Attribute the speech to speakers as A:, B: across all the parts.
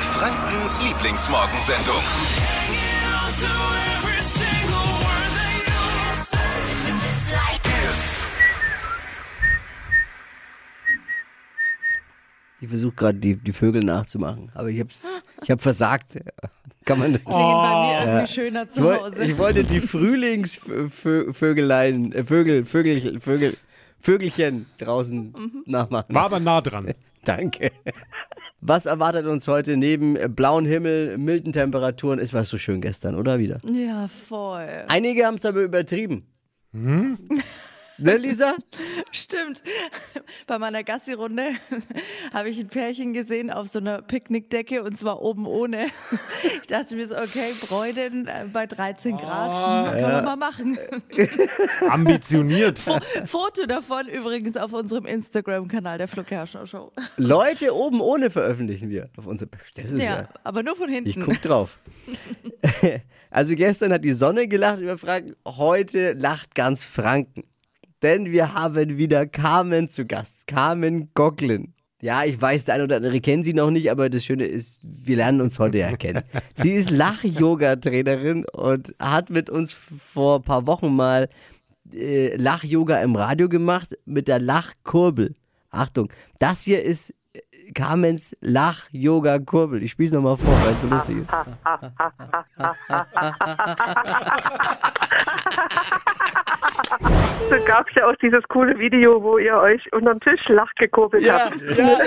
A: Frankens Lieblingsmorgensendung.
B: Ich versuche gerade die, die Vögel nachzumachen, aber ich hab's, ich hab versagt. Kann man nicht.
C: Klingen bei mir irgendwie schöner
B: Ich,
C: zu
B: woll,
C: Oh, Hause.
B: ich wollte die Frühlingsvögelein, äh, Vögel, Vögel, Vögel, Vögelchen draußen nachmachen.
D: War aber nah dran.
B: Danke. Was erwartet uns heute neben äh, blauen Himmel, milden Temperaturen? Es war so schön gestern, oder wieder?
C: Ja, voll.
B: Einige haben es aber übertrieben. Ne, Lisa?
C: Stimmt. Bei meiner Gassi-Runde habe ich ein Pärchen gesehen auf so einer Picknickdecke und zwar oben ohne. Ich dachte mir so, okay, Bräunen äh, bei 13 Grad, hm, kann man mal machen.
D: Ambitioniert.
C: Foto davon übrigens auf unserem Instagram-Kanal der Flugherrscher Show.
B: Leute oben ohne veröffentlichen wir auf unser. Das ist ja.
C: Ja, aber nur von
B: Ich
C: hinten.
B: guck drauf. also gestern hat die Sonne gelacht über Franken, heute lacht ganz Franken. Denn wir haben wieder Carmen zu Gast. Carmen Gocklin. Ja, ich weiß, der eine oder andere kennt sie noch nicht, aber das Schöne ist, wir lernen uns heute ja kennen. sie ist Lach-Yoga-Trainerin und hat mit uns vor ein paar Wochen mal äh, Lach-Yoga im Radio gemacht mit der Lachkurbel. Achtung, das hier ist äh, Carmens Lach-Yoga-Kurbel. Ich spiel's nochmal vor, weil es so lustig ist.
E: Dazu gab es ja auch dieses coole Video, wo ihr euch unterm Tisch lachgekurbelt habt.
B: ja.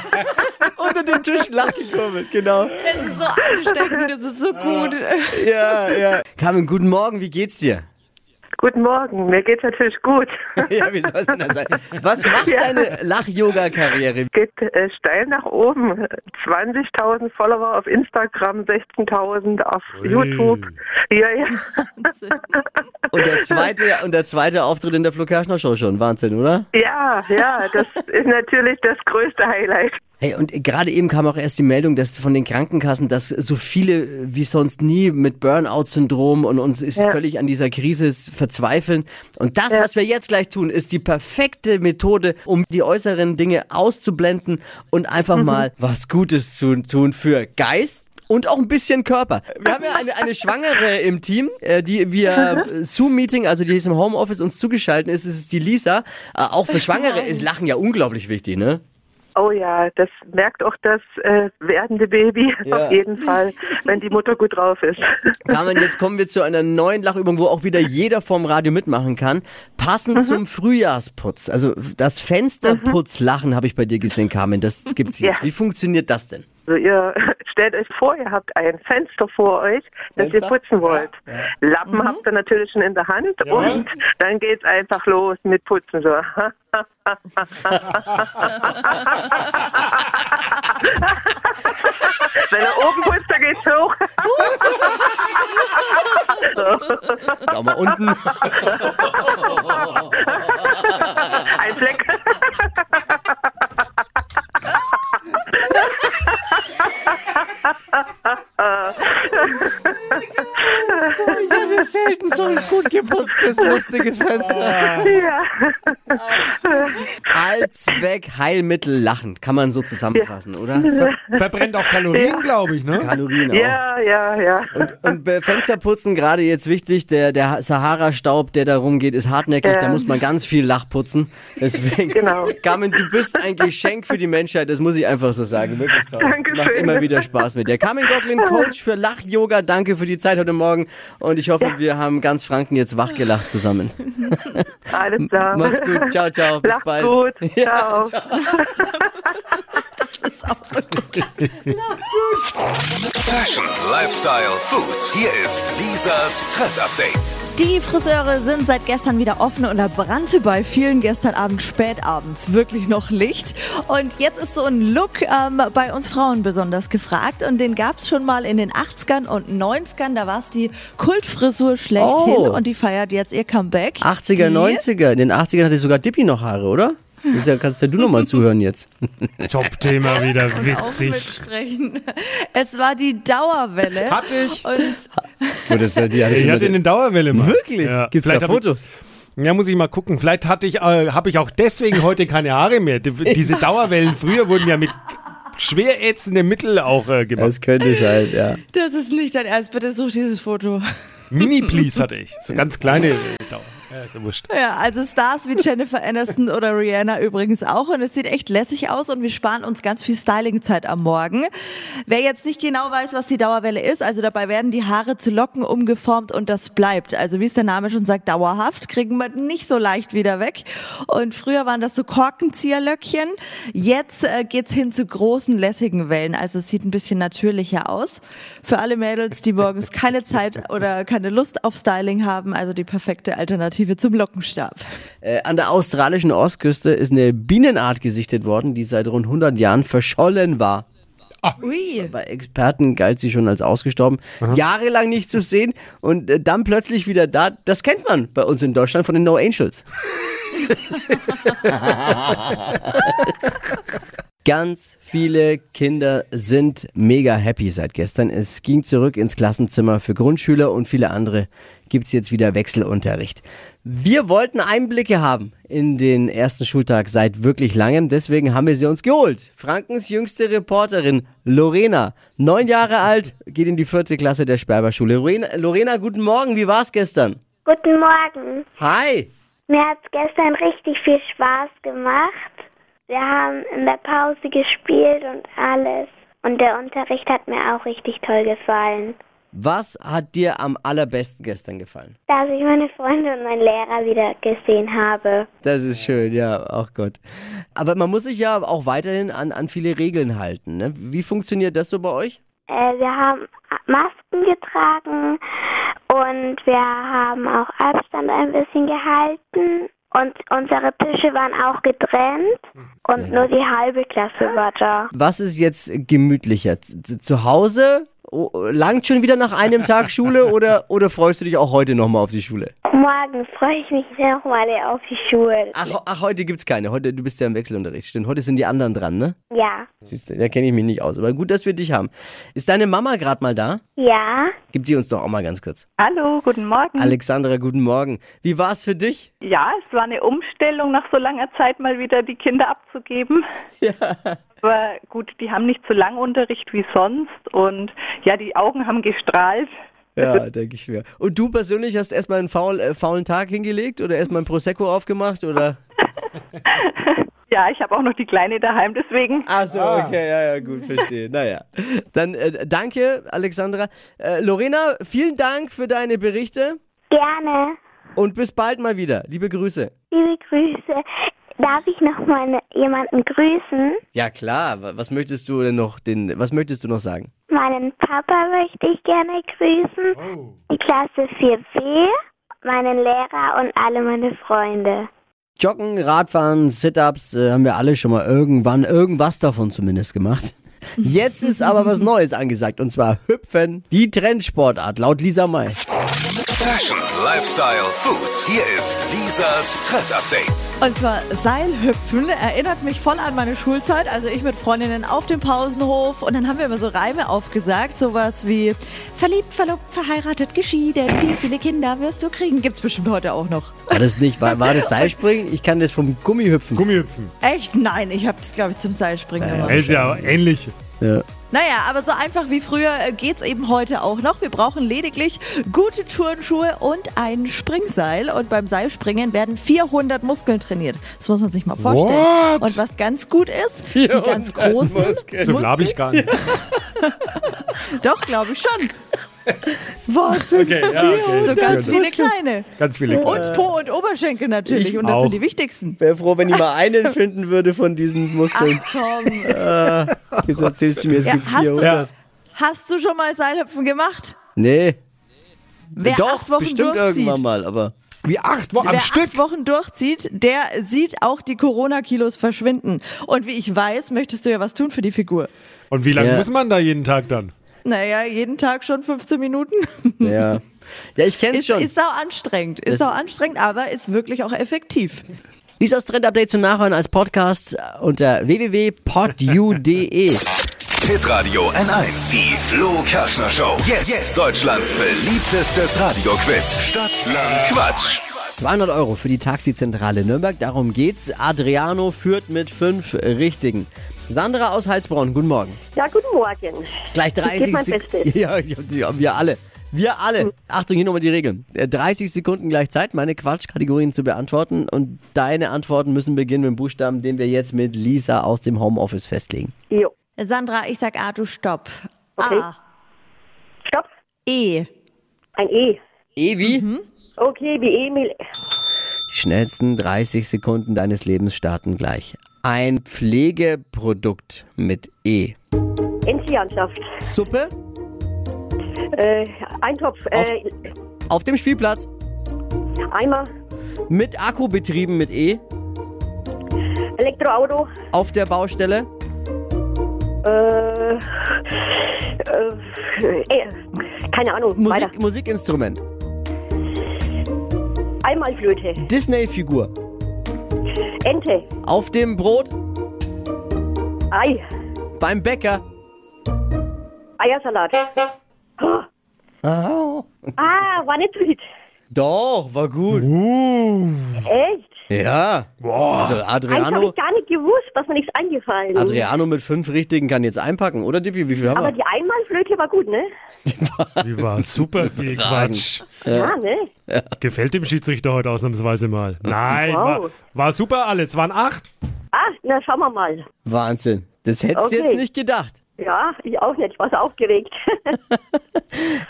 B: Unter den Tisch lachgekurbelt, genau.
C: Das ist so ansteckend, das ist so gut.
B: Ja, ja. Carmen, guten Morgen, wie geht's dir?
E: Guten Morgen, mir geht's natürlich gut.
B: Ja, wie soll's denn das sein? Was macht
E: Ja.
B: deine Lach-Yoga-Karriere?
E: Geht äh, steil nach oben. 20.000 Follower auf Instagram, 16.000 auf YouTube. Ja, ja.
B: Und der zweite, und der zweite Auftritt in der Flo Kerschner Show schon, Wahnsinn, oder?
E: Ja, ja, das ist natürlich das größte Highlight.
B: Hey, und gerade eben kam auch erst die Meldung, dass von den Krankenkassen, dass so viele wie sonst nie mit Burnout-Syndrom und uns ist
E: Ja.
B: völlig an dieser Krise s- verzweifeln. Und das, was wir jetzt gleich tun, ist die perfekte Methode, um die äußeren Dinge auszublenden und einfach mal was Gutes zu tun für Geist. Und auch ein bisschen Körper. Wir haben ja eine, eine Schwangere im Team, äh, die via äh, Zoom-Meeting, also die ist im Homeoffice uns zugeschaltet ist, Es ist die Lisa. Äh, Auch für Schwangere ist Lachen ja unglaublich wichtig, ne?
E: Oh ja, das merkt auch das äh, werdende Baby
B: Ja.
E: auf jeden Fall, wenn die Mutter gut drauf ist.
B: Carmen, jetzt kommen wir zu einer neuen Lachübung, wo auch wieder jeder vom Radio mitmachen kann. Passend
E: Mhm.
B: zum Frühjahrsputz. Also das Fensterputzlachen habe ich bei dir gesehen, Carmen. Das gibt's jetzt.
E: Mhm. Ja.
B: Wie funktioniert das denn?
E: Also ihr stellt euch vor, ihr habt ein Fenster vor euch, das ihr
B: Fenster?
E: putzen wollt. Lappen
F: Mhm.
E: habt ihr natürlich schon in der Hand und dann geht's einfach los mit Putzen. So. Wenn er oben putzt, dann geht's hoch.
B: Schau mal unten.
E: Ein Fleck.
B: Ich hatte selten so ein gut geputztes, lustiges Fenster.
E: Ja.
B: Allzweck Heilmittel lachen, kann man so zusammenfassen, oder?
D: Verbrennt auch Kalorien, glaube ich, ne?
B: Kalorien auch.
E: ja, ja, ja.
B: Und, und bei Fensterputzen gerade jetzt wichtig, der, der Sahara-Staub, der da rumgeht, ist hartnäckig, da
E: Ja.
B: muss man ganz viel lachputzen. Deswegen,
E: Ähm. Genau.
B: Carmen, du bist ein Geschenk für die Menschheit, das muss ich einfach so sagen. Wirklich toll.
E: Dankeschön.
B: Macht immer wieder Spaß mit dir. Carmen Gocklin, Coach für Lach-Yoga, danke für die Zeit heute Morgen und ich hoffe, wir haben ganz Franken jetzt wachgelacht zusammen.
E: Alles klar.
B: Mach's gut, ciao, ciao, bis
E: Lacht
B: bald.
E: gut.
B: Ja,
E: Ciao.
C: Das ist auch so gut.
A: Fashion, Lifestyle, Food. Hier ist Lisas Trend Update.
C: Die Friseure sind seit gestern wieder offen und da brannte bei vielen gestern Abend spätabends wirklich noch Licht. Und jetzt ist so ein Look ähm, bei uns Frauen besonders gefragt und den gab es schon mal in den 80ern und 90ern. Da war es die Kultfrisur schlechthin
B: Oh.
C: und die feiert jetzt ihr Comeback.
B: 80er,
C: Die-
B: 90er, in den 80ern hatte sogar Dippi noch Haare, oder? Das ist ja, kannst ja du nochmal zuhören jetzt.
D: Top-Thema wieder,
C: Auch
D: witzig.
C: mitsprechen. Es war die Dauerwelle.
D: Hatte ich.
C: Und
B: Würdest du die
D: Ich hatte eine Dauerwelle mal.
B: Wirklich?
D: Ja.
B: Gibt's
D: Vielleicht
B: da
D: hab ich-
B: Fotos?
D: Ja, muss ich mal gucken. Vielleicht hatte ich, äh, habe ich auch deswegen heute keine Haare mehr. Die, diese Dauerwellen früher wurden ja mit schwer ätzende Mittel auch äh, gemacht.
B: Das könnte sein, ja.
C: Das ist nicht dein Ernst. Bitte such dieses Foto.
D: Mini-Please hatte ich. So ganz kleine äh, Dauer. Ja, ist ja wurscht.
C: Ja, also Stars wie Jennifer Aniston oder Rihanna übrigens auch. Und es sieht echt lässig aus und wir sparen uns ganz viel Stylingzeit am Morgen. Wer jetzt nicht genau weiß, was die Dauerwelle ist, also dabei werden die Haare zu Locken umgeformt und das bleibt. Also wie es der Name schon sagt, dauerhaft, kriegen wir nicht so leicht wieder weg. Und früher waren das so Korkenzieherlöckchen. Jetzt äh, geht's hin zu großen, lässigen Wellen. Also es sieht ein bisschen natürlicher aus. Für alle Mädels, die morgens keine Zeit oder keine Lust auf Styling haben, also die perfekte Alternative zum Lockenstab.
B: Äh, an der australischen Ostküste ist eine Bienenart gesichtet worden, die seit rund 100 Jahren verschollen war.
C: Ui.
B: Bei Experten galt sie schon als ausgestorben. Jahrelang nicht zu sehen und äh, dann plötzlich wieder da. Das kennt man bei uns in Deutschland von den No Angels. Ganz viele Kinder sind mega happy seit gestern. Es ging zurück ins Klassenzimmer für Grundschüler und viele andere gibt's jetzt wieder Wechselunterricht. Wir wollten Einblicke haben in den ersten Schultag seit wirklich langem, deswegen haben wir sie uns geholt. Frankens jüngste Reporterin Lorena, neun Jahre alt, geht in die vierte Klasse der Sperberschule. Lorena, Lorena guten Morgen, wie war's gestern?
G: Guten Morgen.
B: Hi!
G: Mir hat gestern richtig viel Spaß gemacht. Wir haben in der Pause gespielt und alles. Und der Unterricht hat mir auch richtig toll gefallen.
B: Was hat dir am allerbesten gestern gefallen?
G: Dass ich meine Freunde und meinen Lehrer wieder gesehen habe.
B: Das ist schön, ja, auch Gott. Aber man muss sich ja auch weiterhin an, an viele Regeln halten. Ne? Wie funktioniert das so bei euch?
G: Äh, wir haben Masken getragen und wir haben auch Abstand ein bisschen gehalten. Und unsere Tische waren auch getrennt und nur die halbe Klasse war da.
B: Was ist jetzt gemütlicher? Z- z- Zu Hause? O- Langt schon wieder nach einem Tag Schule oder, oder freust du dich auch heute nochmal auf die Schule?
G: Morgen freue ich mich nochmal auf die Schule.
B: Ach, ach, heute gibt's keine. Heute, du bist ja im Wechselunterricht. Stimmt, heute sind die anderen dran, ne?
G: Ja.
B: Siehst du, da kenne ich mich nicht aus. Aber gut, dass wir dich haben. Ist deine Mama gerade mal da?
G: Ja.
B: Gib die uns doch auch mal ganz kurz.
F: Hallo, guten
E: Hm.
F: Morgen.
B: Alexandra, guten Morgen. Wie war's für dich?
F: Ja, es war eine Umstellung, nach so langer Zeit mal wieder die Kinder abzugeben. Aber gut, die haben nicht so lang Unterricht wie sonst und ja, die Augen haben gestrahlt.
B: Ja, denke ich mir. Und du persönlich hast erstmal einen faul, äh, faulen Tag hingelegt oder erstmal ein Prosecco aufgemacht oder?
F: Ja, ich habe auch noch die Kleine daheim, deswegen
B: Ach so, okay, ja, ja, gut, verstehe. Naja. Dann äh, danke, Alexandra. Äh, Lorena, vielen Dank für deine Berichte
G: Gerne.
B: und bis bald mal wieder. Liebe Grüße.
G: Liebe Grüße. Darf ich noch mal ne- jemanden grüßen?
B: Ja, klar. Wa- Was möchtest du denn noch den was möchtest du noch sagen?
G: Meinen Papa möchte ich gerne grüßen. Die Klasse 4b, meinen Lehrer und alle meine Freunde.
B: Joggen, Radfahren, Sit-ups äh, haben wir alle schon mal irgendwann irgendwas davon zumindest gemacht. Jetzt ist aber was Neues angesagt und zwar Hüpfen, die Trendsportart laut Lisa May.
A: Fashion, Lifestyle, Food. Hier ist Lisas Trend Update.
C: Und zwar Seilhüpfen erinnert mich voll an meine Schulzeit. Also ich mit Freundinnen auf dem Pausenhof und dann haben wir immer so Reime aufgesagt. Sowas wie verliebt, verlobt, verheiratet, geschieden, wie viele Kinder wirst du kriegen? Gibt's bestimmt heute auch noch.
B: War das nicht? War, war das Seilspringen? Ich kann das vom Gummi hüpfen.
D: Gummihüpfen.
C: Echt? Nein, ich habe das, glaube ich, zum Seilspringen gemacht.
D: ist ja ähnlich.
B: Ja.
C: Naja, aber so einfach wie früher äh, geht's eben heute auch noch. Wir brauchen lediglich gute Turnschuhe und ein Springseil. Und beim Seilspringen werden 400 Muskeln trainiert. Das muss man sich mal vorstellen.
D: What?
C: Und was ganz gut ist, die ganz großen äh, Muskeln.
D: So viel habe ich gar nicht.
C: Doch, glaube ich schon.
D: Ah, Okay, ja, okay.
C: So ganz
D: Gut.
C: viele kleine.
D: Ganz viele.
C: Und Po und Oberschenkel natürlich. Und das
D: auch.
C: sind die wichtigsten.
B: Wäre froh, wenn ich mal einen finden würde von diesen
C: Ach
B: Muskeln. Ah,
C: komm. Ah.
B: Jetzt erzählst du mir, es
C: Ja,
B: gibt
C: hast du,
B: 400.
D: Ja.
C: hast du schon mal Seilhüpfen gemacht?
B: Nee,
C: Wer
B: doch,
C: acht Wochen
B: bestimmt
C: durchzieht.
B: irgendwann mal, aber.
D: Wie acht Wochen
C: Wer
D: am Stück?
C: acht Wochen durchzieht, der sieht auch die Corona-Kilos verschwinden. Und wie ich weiß, möchtest du ja was tun für die Figur.
D: Und wie lange
B: Ja.
D: muss man da jeden Tag dann?
C: Naja, jeden Tag schon 15 Minuten.
B: Ja. Ja, ich kenn's
C: Ist,
B: schon.
C: ist sau anstrengend. Ist
B: Das-
C: sau anstrengend, aber ist wirklich auch effektiv.
B: Lisas Trend-Update zum Nachhören als Podcast unter www.podu.de.
A: Hitradio N1. Die Flo Kerschner Show. Jetzt, Deutschlands beliebtestes Radioquiz. Stadt, Land, Quatsch.
B: 200 Euro für die Taxizentrale Nürnberg, darum geht's. Adriano führt mit fünf Richtigen. Sandra aus Heilsbronn, guten Morgen.
H: Ja, guten Morgen.
B: Gleich 30
H: mein
B: Sekunden.
H: Bestes. Hm.
B: Ja, ja, ja, wir alle. Wir alle. Achtung, hier nochmal die Regeln. Äh, 30 Sekunden gleich Zeit, meine Quatschkategorien zu beantworten. Und deine Antworten müssen beginnen mit dem Buchstaben, den wir jetzt mit Lisa aus dem Homeoffice festlegen.
H: Jo.
C: Sandra, ich sag A, du stopp.
H: Okay.
C: A,
H: Stopp.
C: E.
H: Ein E.
B: Evi,
H: Okay, wie Emil.
B: die schnellsten 30 Sekunden deines Lebens starten gleich. Ein Pflegeprodukt mit E.
H: Entziehungschaft.
B: Suppe
H: Äh, Eintopf. Äh,
B: auf dem Spielplatz
H: Eimer.
B: mit Akku betrieben mit E.
H: Elektroauto.
B: Auf der Baustelle
H: Äh, äh, äh, keine Ahnung. Weiter.
B: Musik, Musikinstrument.
H: Einmalflöte.
B: Disney-Figur.
H: Ente.
B: Auf dem Brot
H: Ei.
B: beim Bäcker.
H: Eiersalat. Oh, Ah, war nicht so hit.
B: Doch, war gut.
H: Echt?
B: Ja. Also
H: Eins habe
B: Adriano,
H: ich gar nicht gewusst, dass mir nichts eingefallen ist.
B: Adriano mit fünf richtigen kann jetzt einpacken, oder Dippi? Wie viel haben
H: Aber
B: wir?
H: die Einmalflöte war gut, ne?
D: Die war super viel
B: Fragen.
D: Quatsch.
H: Ja, ne?
D: Gefällt dem Schiedsrichter heute ausnahmsweise mal. Nein,
H: Wow.
D: war, war super alles. Waren acht.
H: Ah, na, schauen wir mal.
B: Wahnsinn. Das hättest du
H: Okay.
B: jetzt nicht gedacht.
H: Ja, ich auch nicht. Ich war so aufgeregt.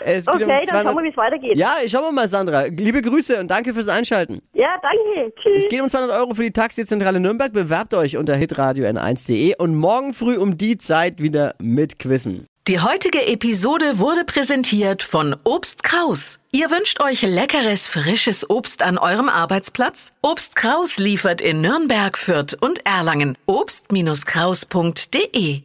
B: Es geht um
H: okay, dann
B: 200
H: schauen wir, wie es weitergeht.
B: ja, ich schau mal, Sandra. Liebe Grüße und danke fürs Einschalten.
H: Ja, danke. Tschüss.
B: Es geht um 200 Euro für die Taxizentrale Nürnberg. Bewerbt euch unter hitradio n1.de und morgen früh um die Zeit wieder mit Quizzen.
I: Die heutige Episode wurde präsentiert von Obst Kraus. Ihr wünscht euch leckeres, frisches Obst an eurem Arbeitsplatz? Obst Kraus liefert in Nürnberg, Fürth und Erlangen. Obst-Kraus.de